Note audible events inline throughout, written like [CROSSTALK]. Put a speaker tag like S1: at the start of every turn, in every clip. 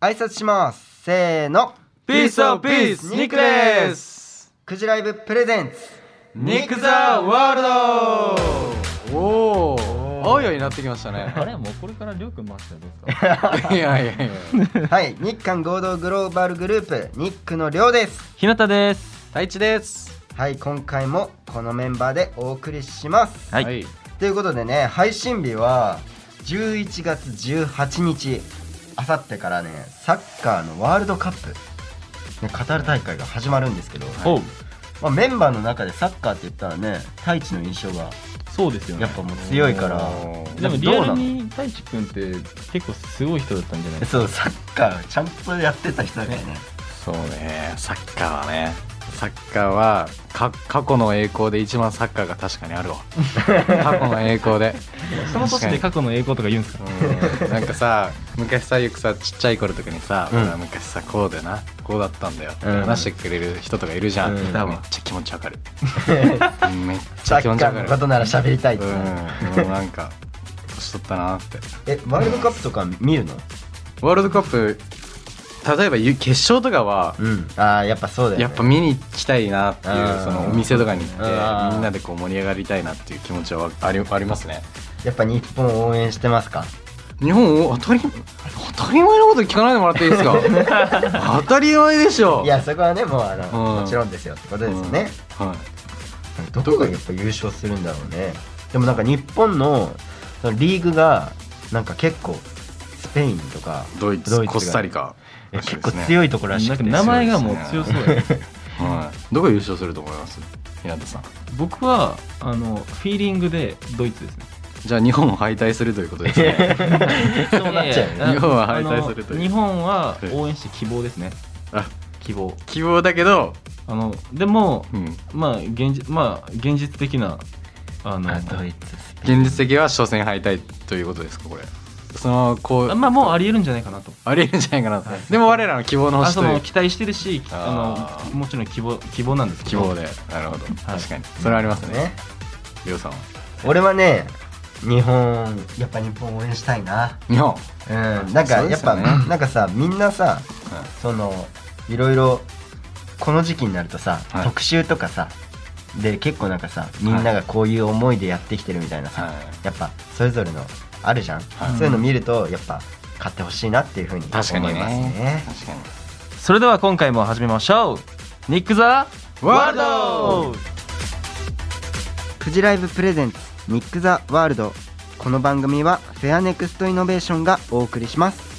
S1: 挨拶しますせーの
S2: ピースオブピースニックです
S1: クジライブプレゼンツ
S2: ニック・ザ・ワールドおおおいおいなってきましたね
S3: [LAUGHS] あれもうこれからりょうくん回してどうですか
S2: いやいやい
S1: [LAUGHS]
S2: や [LAUGHS]
S1: はい日韓合同グローバルグループニックのりょうです
S3: 日向です
S2: 太一です
S1: はい今回もこのメンバーでお送りします
S3: はい
S1: ということでね配信日は11月18日あさってからねサッカーのワールドカップ、ね、カタール大会が始まるんですけど、
S3: おう
S1: まあ、メンバーの中でサッカーって言ったらね太一の印象が
S3: そうですよね
S1: やっぱもう強いから
S3: でも
S1: ど
S3: リ
S1: う
S3: ア
S1: な
S3: ル
S1: の
S3: に太一くんって結構すごい人だったんじゃない
S1: そうサッカーちゃんとやってた人だからね
S2: そうねサッカーはねサッカーはか過去の栄光で一番サッカーが確かに
S3: [LAUGHS]
S2: あるわ過去の栄光で
S3: その年で過去の栄光とか言うんですか
S2: うんなんかさ昔さよくさちっちゃい頃とかにさ、
S1: うん
S2: ほら昔さこうでなこうだったんだよ、
S1: うん
S2: 話してくれる人とかいるじゃん、
S1: うん
S2: 多分めっちゃ気持ちわかるうんめっちゃ気持ちわかる
S1: なら喋りたいって
S2: う
S1: ね
S2: ん、もうなんか年取ったなって
S1: えワールドカップとか見るの
S2: ワールドカップ例えばゆ決勝とかは、
S1: うんああやっぱそうだよ、ね、
S2: やっぱ見に行きたいなってい
S1: あ
S2: う
S1: ー
S2: そのお店とかに行って
S1: あー
S2: みんなでこう盛り上がりたいなっていう気持ちはありありますね
S1: やっぱ日本を応援してますか
S2: 日本を当たり当たり前のこと聞かないでもらっていいですか当たり前でしょ
S1: いやそこはねもうあの、
S2: うん
S1: もちろんですよってことですよね、
S2: はい
S1: どこがやっぱ優勝するんだろうねでもなんか日本のそのリーグがなんか結構スペインとか
S2: ドイツ
S1: ドイツが
S2: コスタリカ
S1: え結構
S2: い、
S1: 強いところらし
S3: なん
S1: く
S3: か
S1: て
S3: 名前がもう強そうや
S2: はい、どこが優勝すると思います日向さん
S3: 僕はあのフィーリングでドイツですね
S2: じゃあ日本を敗退するということですね
S1: そうなっちゃうよね
S3: いやいや
S2: 日本は敗退するという
S3: あの日本は応援して希望ですね
S2: あ
S3: 希望
S2: 希望だけど、
S3: あのでも
S2: うん、
S3: まあ現実まあ現実的なあの
S1: あドイツスペイン
S2: 現実的は初戦敗退ということですかこれそのこう
S3: あまあもうありえるんじゃないかなと
S2: ありえるんじゃないかなと、でも我らの希望の
S3: あ
S2: 星
S3: そ
S2: とい
S3: の
S2: う
S3: 期待してるしあ
S2: あー
S3: のもちろん希望希望なんですけ
S2: 希
S3: ど
S2: 望でなるほど確かにそれはありますね
S1: ね
S2: りょうさんは
S1: 俺はね日本やっぱ日本応援したいな
S2: 日本
S1: うんなんか
S2: そうで
S1: やっ
S2: すよ
S1: ぱ、
S2: ね
S1: なんかさみんなさそのいろいろこの時期になるとさ、
S2: はい
S1: 特集とかさで結構なんかさみんながこういう思いでやってきてるみたいなさ、
S2: はい
S1: やっぱそれぞれのあるじゃん、
S2: はい
S1: そういうの見るとやっぱ買ってほしいなっていうふうに思います
S2: 確かにね
S1: ね
S2: 確かに
S3: それでは今回も始めましょうニック・ザ・
S2: ワールド
S1: クジライブプレゼンツニック・ザ・ワールドこの番組はフェアネクストイノベーションがお送りします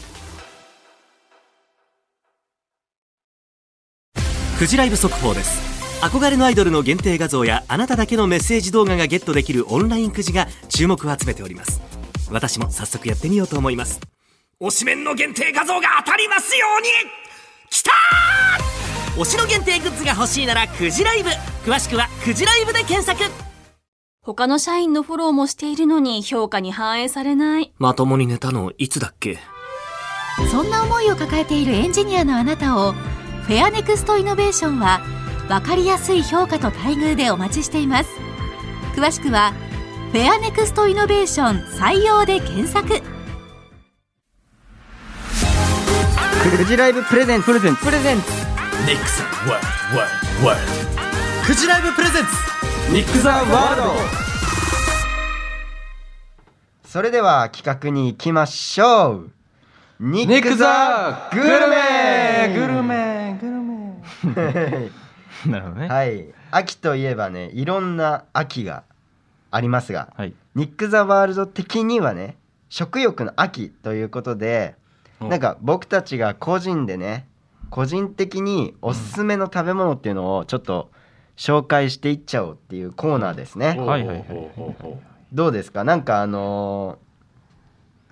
S4: クジライブ速報です憧れのアイドルの限定画像やあなただけのメッセージ動画がゲットできるオンラインくじが注目を集めております私も早速やってみようと思います推しメンの限定画像が当たりますようにきたー推しの限定グッズが欲しいならクジライブ詳しくはクジライブで検索
S5: 他の社員のフォローもしているのに評価に反映されない。
S4: まともに寝たのいつだっけ
S6: そんな思いを抱えているエンジニアのあなたをフェアネクストイノベーションは分かりやすい評価と待遇でお待ちしています詳しくはフェアネクストイノベーション採用で検索
S1: クジライブプレゼンツプレゼンツプレゼンツ
S4: ネックスワールワールワールクジライブプレゼンツニックザワールド
S1: それでは企画に行きましょうニ
S2: ニック・ザ・グルメグルメ
S3: なるほどね
S1: [LAUGHS] はい秋といえばねいろんな秋がありますが
S3: はい
S1: ニック・ザ・ワールド的にはね食欲の秋ということで
S2: うん
S1: なんか僕たちが個人でね個人的におすすめの食べ物っていうのをちょっと紹介していっちゃおうっていうコーナーですね、
S3: はいはいはい
S1: どうですかなんかあのー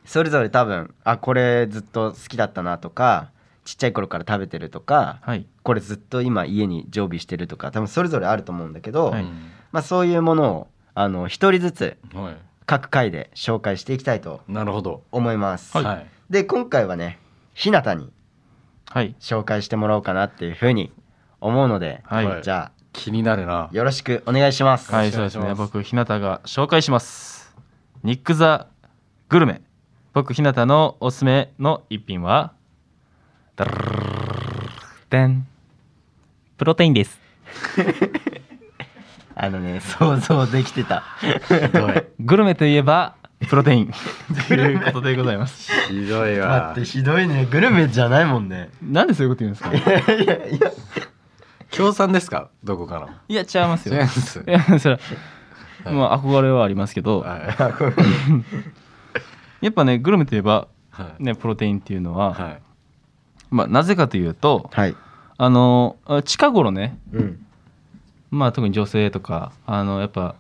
S1: それぞれ多分あこれずっと好きだったなとかちっちゃい頃から食べてるとか
S3: はい
S1: これずっと今家に常備してるとか多分それぞれあると思うんだけど、
S3: はい
S1: まあ、そういうものをあの一人ずつ
S2: うんは
S1: 各回で紹介していきたいと
S2: いなるほど
S1: 思います、
S3: はい
S2: はい
S1: で今回はね日向に
S3: はい
S1: 紹介してもらおうかなっていうふうに思うので、
S3: はい
S2: はい
S1: じゃ
S2: 気になるな
S1: あよろしくお願いします、
S3: はい
S2: よ
S3: そう
S2: ろ
S3: で
S2: し
S3: す
S2: くお願い
S3: ね
S2: します
S3: 僕日向が紹介しますニック・ザ・グルメ僕日向のおすすめの一品は
S7: ダララララダンプロテインです
S1: あのね想像できてた
S2: ひどい
S7: グルメといえばプロテイン
S3: ということでございます。
S2: ひどい
S1: 待っ
S2: わ
S1: てひどいねグルメじゃないもんね
S7: なんでそういうこと言うんですか
S1: いやいやいや
S2: 協賛ですかどこかの
S7: いや違いますよ
S2: 違います
S7: いやそれはまあ憧れはありますけど
S2: はい
S1: あこれ
S7: やっぱねグルメといえば
S2: はい
S7: ねプロテインっていうのは、
S2: はい
S7: まあなぜかというと
S1: はい
S7: あのあ近頃ね
S1: うん
S7: まあ特に女性とかあのやっぱ、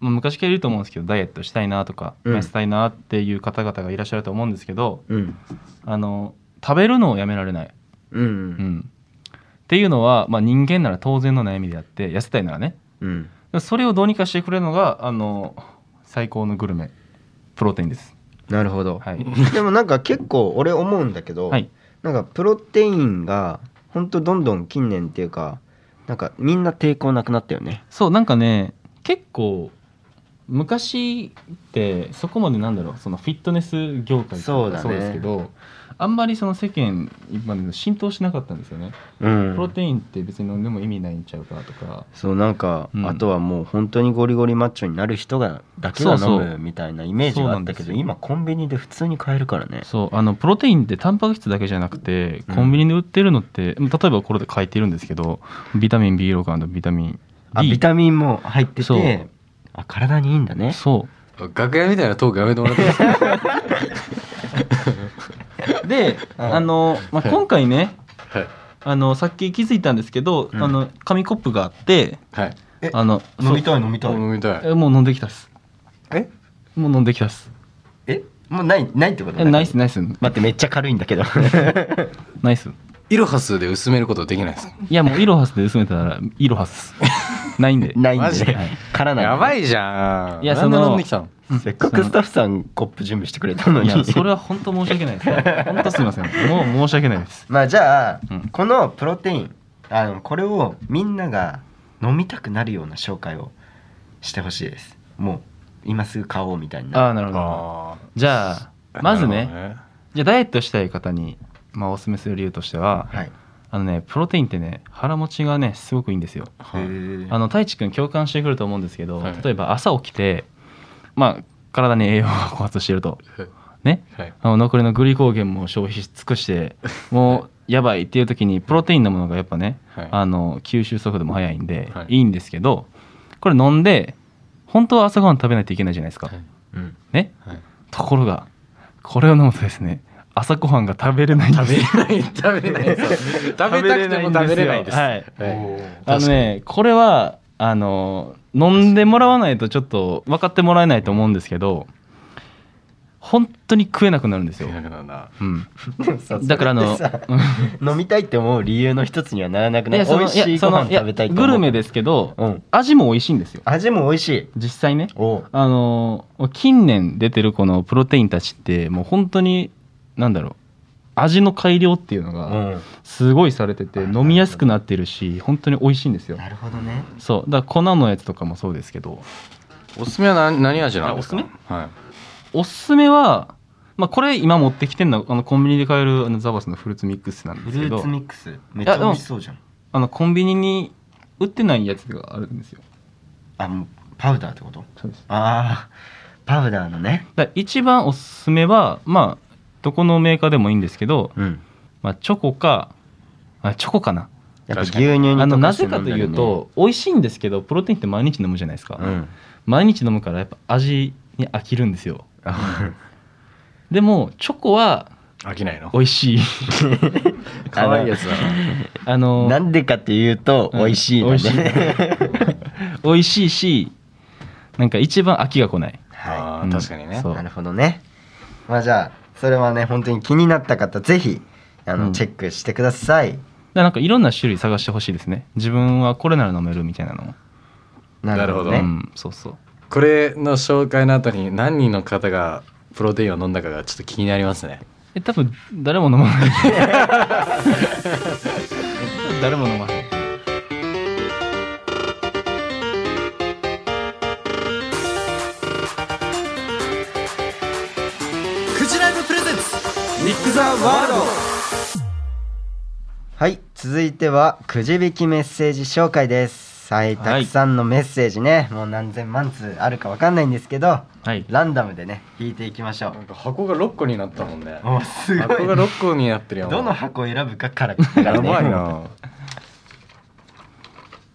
S7: まあ、昔からいると思うんですけどダイエットしたいなとか
S1: うん
S7: 痩せたいなっていう方々がいらっしゃると思うんですけど、
S1: うん
S7: あの食べるのをやめられない、
S1: う
S7: うんん、っていうのは、まあ、人間なら当然の悩みであって痩せたいならね
S1: うん
S7: それをどうにかしてくれるのがあの最高のグルメプロテインです。
S1: なるほど、
S7: はい、
S1: でもなんか結構俺思うんだけど、
S7: はい
S1: なんかプロテインがほんとどんどん近年っていうかなんかみんな抵抗なくなったよね
S7: そうなんかね結構昔ってそこまでなんだろうそのフィットネス業界
S1: そう
S7: と
S1: だ
S7: か
S1: ね
S7: そうですけど、あんまりその世間一般で浸透しなかったんですよね、
S1: う
S7: プロ
S1: ん
S7: テインって別に飲んでも意味ないんちゃうかとか
S1: そうなんか、
S7: うん
S1: あとはもう本当にゴリゴリマッチョになる人がだけが
S7: そ
S1: 飲
S7: うそう
S1: むみたいなイメージがあったけ
S7: そうなんです
S1: ど
S7: よ
S1: 今コンビニで普通に買えるからね
S7: そうあのプロテインってタンパク質だけじゃなくて
S1: うん
S7: コンビニで売ってるのって、例えばこれで書いてるんですけどビタミン B6& ビタミン D
S1: あビタミンも入って
S7: そう
S1: てあ体にいいんだね
S7: そう
S2: 楽屋みたいなトークやめてもらっていいですか
S7: で、
S1: うん
S7: あの、まあ、今回ね、
S2: はい
S7: あのさっき気づいたんですけど、
S1: うん
S7: あの紙コップがあって
S2: はい
S1: え
S7: あの
S1: 飲みたい飲みたい
S2: 飲みたい
S7: えもう飲んできたっす
S1: え
S7: もう飲んできたっす
S1: えもうないないってこと
S7: えナイスナイス
S1: 待ってめっちゃ軽いんだけ [LAUGHS] ど
S7: ナイス
S2: イロハスで薄めることできないですか
S7: いやもうイロハスで薄めたらイロハス [LAUGHS] ないんで
S1: ないん
S2: マジ
S1: で
S2: で
S1: はいからなんで
S2: やばいじゃん
S7: いや
S2: なんで
S7: その
S2: 飲んできたの
S1: せっかくスタッフさんコップ準備してくれたの
S7: い
S1: に
S7: やそれは本当申し訳ないです本当すみませんもう申し訳ないです
S1: まあじゃあ、
S7: うん
S1: このプロテインあのこれをみんなが飲みたくなるような紹介をしてほしいですもう今すぐ買おうみたいな
S7: ああなるほど
S2: あ
S7: じゃあ
S2: ー
S7: まずね
S2: なる
S7: じゃあダイエットしたい方に、まあ、おすすめする理由としては
S1: はい、
S7: あのねプロテインってね腹持ちがねすごくいいんですよ
S2: ほどね
S7: あの太一君共感してくると思うんですけど、
S2: はい
S7: 例えば朝起きて、まあ、体に栄養が枯発してると
S2: はい、
S7: ね、
S2: はい
S7: あの残りのグリコーゲンも消費し尽くしてもうやばいっていう時にプロテインのものがやっぱね
S2: はい
S7: あの吸収速度も速いんで、
S2: はい
S7: い、いんですけどこれ飲んで本当は朝ごはん食べないといけないじゃないですか、
S2: はい
S1: うん、
S7: ね
S2: はい
S7: ところがこれを飲むとですね朝ごはんが食べれないんです
S2: 食べれない食べれないそう食べたくても食べれないです
S7: はい
S2: はい
S7: [LAUGHS] あのねこれはあの飲んでもらわないとちょっと分かってもらえないと思うんですけど本当に食えなくなるんですよ、
S2: なるほどな
S7: うん、
S1: でもさ
S7: [LAUGHS] だからあ
S1: [LAUGHS]
S7: の
S1: それってさ飲みたいって思う理由の一つにはならなく
S7: い
S1: ない
S7: や
S1: 美
S7: その
S1: 味しい
S7: や
S1: ご
S7: その
S1: 飯食べたい
S7: い
S1: と思
S7: や
S1: う
S7: グルメですけど
S1: うん
S7: 味も美味しいんですよ
S1: 味も美味しい
S7: 実際ね
S1: おう
S7: あの近年出てるこのプロテインたちってもう本当になんだろう味の改良っていうの
S1: う
S7: が
S1: ん
S7: すごいされてて飲みやすくなってるし本当に美味しいんですよ
S1: なるほどね
S7: そうだから粉のやつとかもそうですけど
S2: おすすめは何何味なんですか
S7: あおす
S2: はい
S7: おすすめは、まあ、これ今持ってきてるのはあのコンビニで買えるあのザバスのフルーツミックスなん
S1: フ
S7: ですけ
S1: ルー
S7: ど
S1: ツミックスめっちゃ
S7: いやで
S1: 美
S7: も
S1: 味しそうじゃん
S7: あのコンビニに売ってないやつがあるんですよ
S1: あもうパウダーってこと
S7: そうです
S1: ああパウダーのね
S7: だから一番おすすめはまあどこのメーカーでもいいんですけど、
S1: うん
S7: まあ、チョコかあチョコかな
S1: やっぱ牛
S2: 確かに
S1: 乳に
S7: あの
S1: 溶
S7: な
S1: して
S7: ぜ
S1: 飲んだ
S7: か
S1: り
S7: と
S1: ね
S7: いうと美味しいんですけどプロテインって毎日飲むじゃないですか、
S1: うん
S7: 毎日飲むからやっぱ味に飽きるんですよ
S1: [LAUGHS]
S7: でもチョコは
S2: 飽きないの
S7: 美味しい [LAUGHS]
S2: 可愛いやつだな
S7: あの
S1: なんでかっていうと
S7: うん
S1: 美味しいの
S7: 美
S1: で、
S7: 味しい [LAUGHS] 美味しいしなんか一番飽きが来ない
S1: [LAUGHS] は
S2: あ
S7: うん
S2: ー確かにね
S7: そ
S1: い、
S7: う
S1: なるほどねまあじゃあそれはね本当に気になった方ぜひあの、
S7: うん
S1: チェックしてください
S7: でなんかいろんな種類探してほしいですね自分はこれなら飲めるみたいなのも、
S1: なるほど
S2: な
S7: う
S1: ね
S2: る
S7: んそうそう
S2: これの紹介の後に何人の方がプロテインを飲んだかがちょっと気になりますね
S7: え多分誰も飲まない [LAUGHS] 誰も飲まない
S4: クジライブプレゼンツ
S1: ザ・ワールドはい続いてはくじ引きメッセージ紹介ですはいたくさんのメッセージね、もう何千万通あるかわかんないんですけど
S7: はい
S1: ランダムでね引いていきましょ
S2: なんか箱が6個になったもんね
S1: うもうすご
S2: 箱
S1: い
S2: が6個になってるよ
S1: どの箱を選ぶかからだから
S2: や
S1: ね
S2: ばいな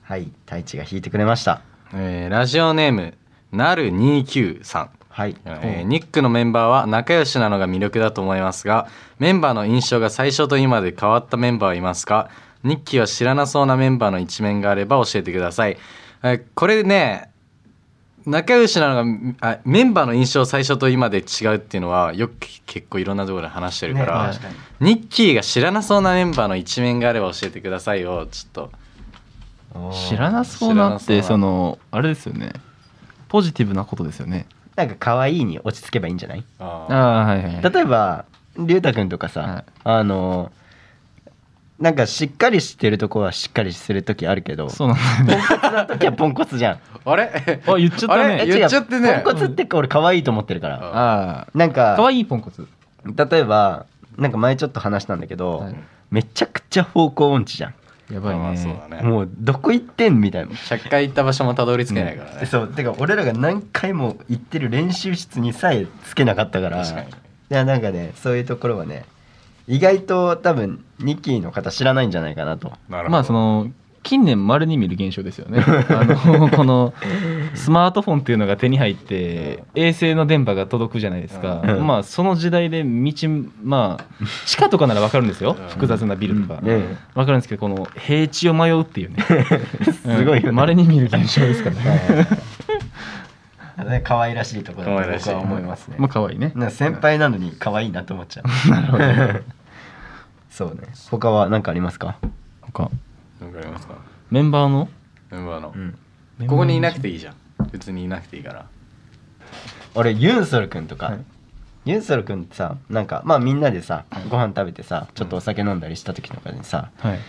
S1: はい太一が引いてくれました
S2: えーラジオネームなる293さん
S1: はい、
S2: えーニックのメンバーは仲良しなのが魅力だと思いますがメンバーの印象が最初と今で変わったメンバーはいますかニッキーは知らなそうなメンバーの一面があれば教えてください、えーこれね仲良しなのがあメンバーの印象最初と今で違うっていうのはよく結構いろんなところで話してるから、
S1: ね確かに
S2: ニッキーが知らなそうなメンバーの一面があれば教えてくださいをちょっと
S1: おー
S7: 知らなそうなって
S2: 知らなそうな
S7: そのあれですよねポジティブなことですよね
S1: なんか可愛いに落ち着けばいいんじゃない
S2: あー
S7: ああーはいはい
S1: 例えば龍太くんとかさ、
S7: はい
S1: あのなんかしっかりしてるとこはしっかりする時あるけど
S7: そうなんだよね
S1: ポンコツな時はポンコ
S2: [LAUGHS]
S1: ツじゃん
S2: あれ
S7: あ言っちゃったね
S2: あれ言っちゃって
S1: 違う
S2: ね
S1: ポンコツって俺可愛いと思ってるから、
S2: あ
S7: あ
S1: なん
S7: あ可
S1: か
S7: 愛いポンコツ
S1: 例えばなんか前ちょっと話したんだけど、
S7: はい
S1: めちゃくちゃ方向音痴じゃ
S7: やばい
S2: まあそう
S7: ね
S2: だ
S1: ん
S2: ね
S1: もうどこ行ってんみたいな
S2: 100回行った場所もたどり着けないからね、
S1: そうてか俺らが何回も行ってる練習室にさえつけなかったから
S2: 確かに
S1: いやなんかねそういうところはね意外と多分ニッキーの方知らないんじゃないかなと
S2: なるほど
S7: まあその近年まれに見る現象です
S1: [LAUGHS]
S7: よねあのこのスマートフォンっていうのが手に入って衛星の電波が届くじゃないですか、
S1: うん
S7: まあその時代で道まあ地下とかなら分かるんですよ
S2: うん
S7: 複雑なビルとか、
S1: ね
S7: 分かるんですけどこの平地を迷うっていうね
S1: [LAUGHS] すごいよね
S7: まれに見る現象ですからね
S1: ね可愛らしいところだと僕は思いますね
S7: まあ可愛いね
S1: なんか先輩なのに可愛いなと思っちゃう [LAUGHS] そうね他は何かありますか
S7: なんか
S2: わかりますか
S7: メンバーの
S2: メンバーの、
S1: ん
S2: ここにいなくていいじゃん別にいなくていいから
S1: 俺ユンソル君とか、
S7: はい
S1: ユンソル君ってさなんかまあみんなでさご飯食べてさちょっとお酒飲んだりした時とかにさ
S7: はい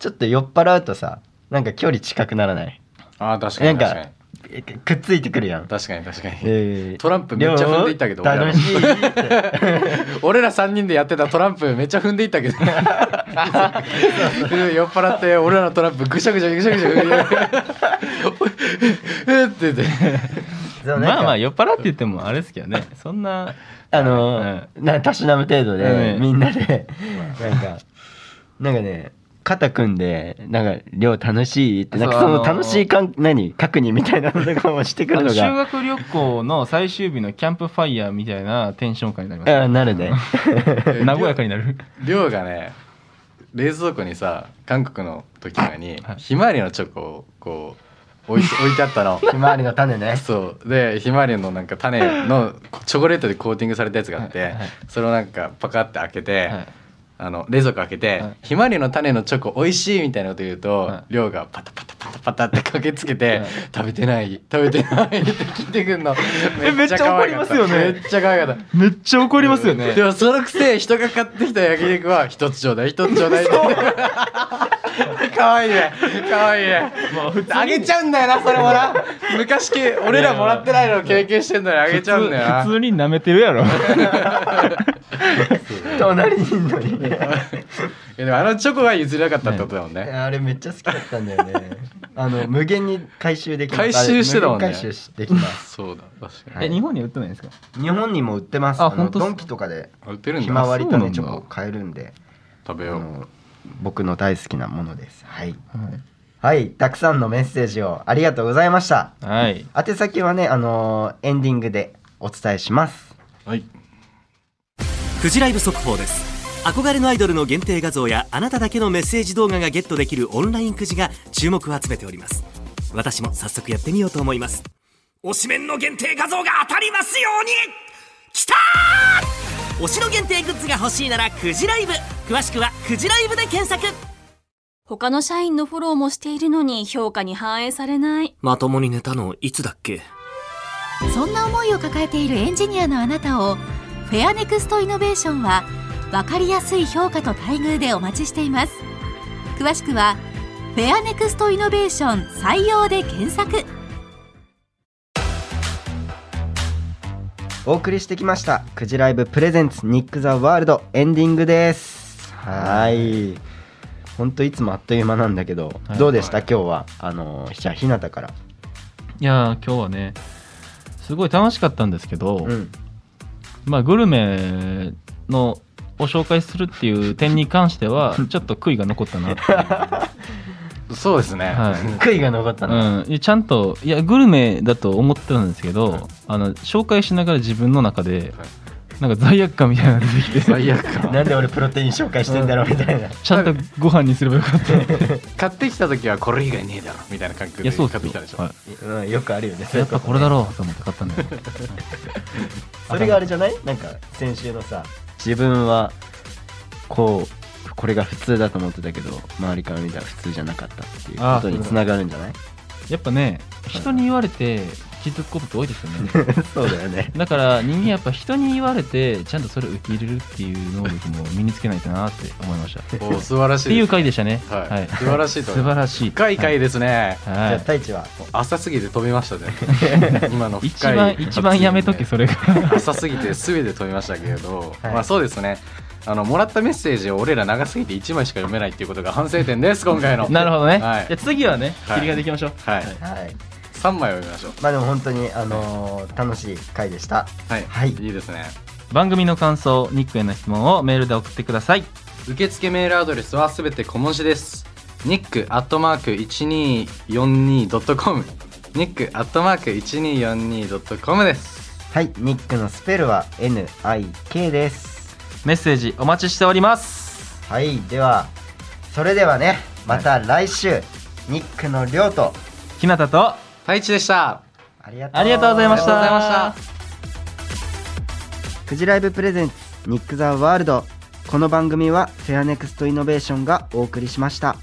S1: ちょっと酔っ払うとさなんか距離近くならない
S2: ああ確か
S1: な
S2: に
S1: ん
S2: 確か
S1: か
S2: に
S1: くっついてくるやん、
S2: 確かに確かに、
S1: えー
S2: トランプめっちゃ踏んでいったけど
S1: 両方
S2: 俺ら
S1: 楽しいって
S2: [LAUGHS] 俺ら3人でやってたトランプめっちゃ踏んでいったけど酔っ払って俺らのトランプぐしゃぐしゃぐしゃぐしゃぐしゃえって言って
S1: そうなん
S7: まあ
S1: か
S7: まあ酔っ払って言ってもあれですけどねそんな
S1: あのーなたしなむ程度で、
S7: うん
S1: みんなでなんかなんかね肩組んでなんか量楽しいってなんか
S7: そう
S1: そ
S7: あの
S1: の
S7: ー
S1: 楽しいかん何確認みたいなのとかもしてく
S7: あ
S1: る
S7: の
S1: の
S7: 修
S1: が
S7: 学旅行の最終日のキャンプファイヤーみたいなテンション感になります
S1: あなるね
S7: [LAUGHS] 和やかになる
S2: りょうがね冷蔵庫にさ韓国の時とかに
S7: はい
S2: ひまわりのチョコをこう置いて置いてあったの
S1: ひまわりの種ね
S2: そうでひまわりのなんか種のチョコレートでコーティングされたやつがあって、
S7: はいはい
S2: それをなんかパカって開けて、
S7: はい
S2: あの冷蔵庫開けて、
S7: はい
S2: ひまわりの種のチョコ美味しいみたいなこと言うと、
S7: は
S2: りょうがパタパタパタパタって駆けつけて、
S7: はい
S2: 食べてない食べてないって聞いてくんの
S7: めっちゃ
S2: 可
S7: 怒
S2: 愛
S7: り
S2: か
S7: ま
S2: っ
S7: す
S2: た
S7: よね
S2: めっちゃ可愛かった
S7: めっちゃ怒りますよね
S2: でもそのくせ人が買ってきた焼肉は一つちょうだい一つちょうだいって可愛いね可愛いねあげちゃうんだよなそれもな昔け俺らもらってないのを経験してんのにあげちゃうんだよな
S7: 普通に舐めてるやろ
S1: 隣にいんのに
S2: いやでもあのチョコが譲れなかったってことだもんね
S1: あれめっちゃ好きだったんだ
S7: [LAUGHS]
S1: よねあの無限に回収できます
S2: 回収してたもんね
S1: あれ無限回収できます
S2: そうだ確か
S1: は
S7: え
S1: い
S7: 日本には売ってないんですか
S1: 日本にも売ってます
S7: あ
S1: あの
S7: 本当っす
S1: ドンキとかで
S2: に売ってるん
S1: ひま
S2: だ
S1: わりと
S7: あそうな
S1: ね
S7: んだ
S1: チョコを買えるんで
S2: 食べ
S1: あ
S2: よう
S1: の僕の大好きなものですはいはい、たくさんのメッセージをありがとうございました。
S7: はい
S1: 宛先はね、あのーエンディングでお伝えします。
S2: はい
S4: フジライブ速報です憧れのアイドルの限定画像やあなただけのメッセージ動画がゲットできるオンラインくじが注目を集めております私も早速やってみようと思います推しメンの限定画像が当たりますようにきたー推しの限定グッズが欲しいならくじライブ詳しくはくじライブで検索
S5: 他の社員のフォローもしているのに評価に反映されない。
S4: まともに寝たのいつだっけ
S6: そんな思いを抱えているエンジニアのあなたをフェアネクストイノベーションは分かりやすい評価と待遇でお待ちしています詳しくは「フェアネクストイノベーション採用」で検索
S1: お送りしてきました、くじライブプレゼンツニック・ザ・ワールドエンディングです。はい。本当いつもあっという間なんだけど、
S7: はい
S1: どうでした今日はあのじゃあひなたから
S7: いやー今日はねすごい楽しかったんですけど、
S1: うん
S7: まあ、グルメのを紹介するっていう点に関してはちょっと悔いが残ったなっていう、
S2: そうですね、
S7: は
S1: 悔いが残ったの、
S7: いうん、ちゃんといやグルメだと思ってたんですけど、あの紹介しながら自分の中で
S2: は
S7: なんか罪悪感みたいなのが出てきて
S2: 最悪か
S1: なんで俺プロテイン紹介してんだろうみたいな、
S7: ちゃんとご飯にすればよかったい
S2: 買ってきた時はこれ以外ねえだろみたいな感覚で
S7: やそう
S2: 買ってきた
S7: で
S2: ですし
S7: よ
S2: ょ、
S7: はい
S1: うん、よくあるよねそうい
S7: や
S1: う
S7: っ
S1: と
S7: ぱこれ
S1: ね
S7: だろうと思って買ったんだよ
S1: [LAUGHS] それがあれじゃないなんか先週のさ自分はこうこれが普通だと思ってたけど周りから見たら普通じゃなかったっていうこ
S7: あ
S1: とにつながるんじゃない
S7: やっぱね人に言われて気づくことって多いですよね
S1: [LAUGHS] そうだよね
S7: だから人間やっぱ人に言われてちゃんとそれを受け入れるっていう能力も身につけないとなって思
S1: [LAUGHS]
S7: いましたっ
S2: おー素晴らしてい
S7: いう
S2: です
S7: 回でしたね
S2: はい
S7: はい
S2: 素晴らしいと
S7: 素
S2: 思います
S7: 晴らしい
S2: 深い回ですね、
S1: じ
S7: はい
S1: ゃあ太一は
S2: 浅すぎて飛びましたね
S7: [LAUGHS]
S2: 今の
S7: 一
S2: 深
S7: 番
S2: い
S7: 一番やめとけそれが [LAUGHS]
S2: 浅すぎて全て飛びましたけれど、
S1: はい
S2: まあそうですねあのもらったメッセージを俺ら長すぎて1枚しか読めないっていうことが反省点
S7: [LAUGHS]
S2: です今回の
S7: なるほどね、
S2: はい
S7: じゃあ次はね
S2: はい
S7: 切り替えていきましょう
S2: はい、
S1: はい
S2: 3枚を読みましょう
S1: まあでも本当にあのー楽しい回でした
S2: はい、
S1: はい
S2: いいですね
S7: 番組の感想ニックへの質問をメールで送ってください
S2: 受付メールアドレスはすべて小文字です。ニックアットマーク 1242.com ニックアットマーク 1242.com です。
S1: はいニックのスペルは NIK です
S7: メッセージお待ちしております
S1: はいではそれではねまた来週、ニックのりょうと
S7: ひなたと
S2: 太一でした。
S1: ありがとう
S7: ありがとうございました
S2: ありがとうございました
S1: クジライブプレゼンツニック・ザ・ワールドこの番組はフェアネクストイノベーションがお送りしました。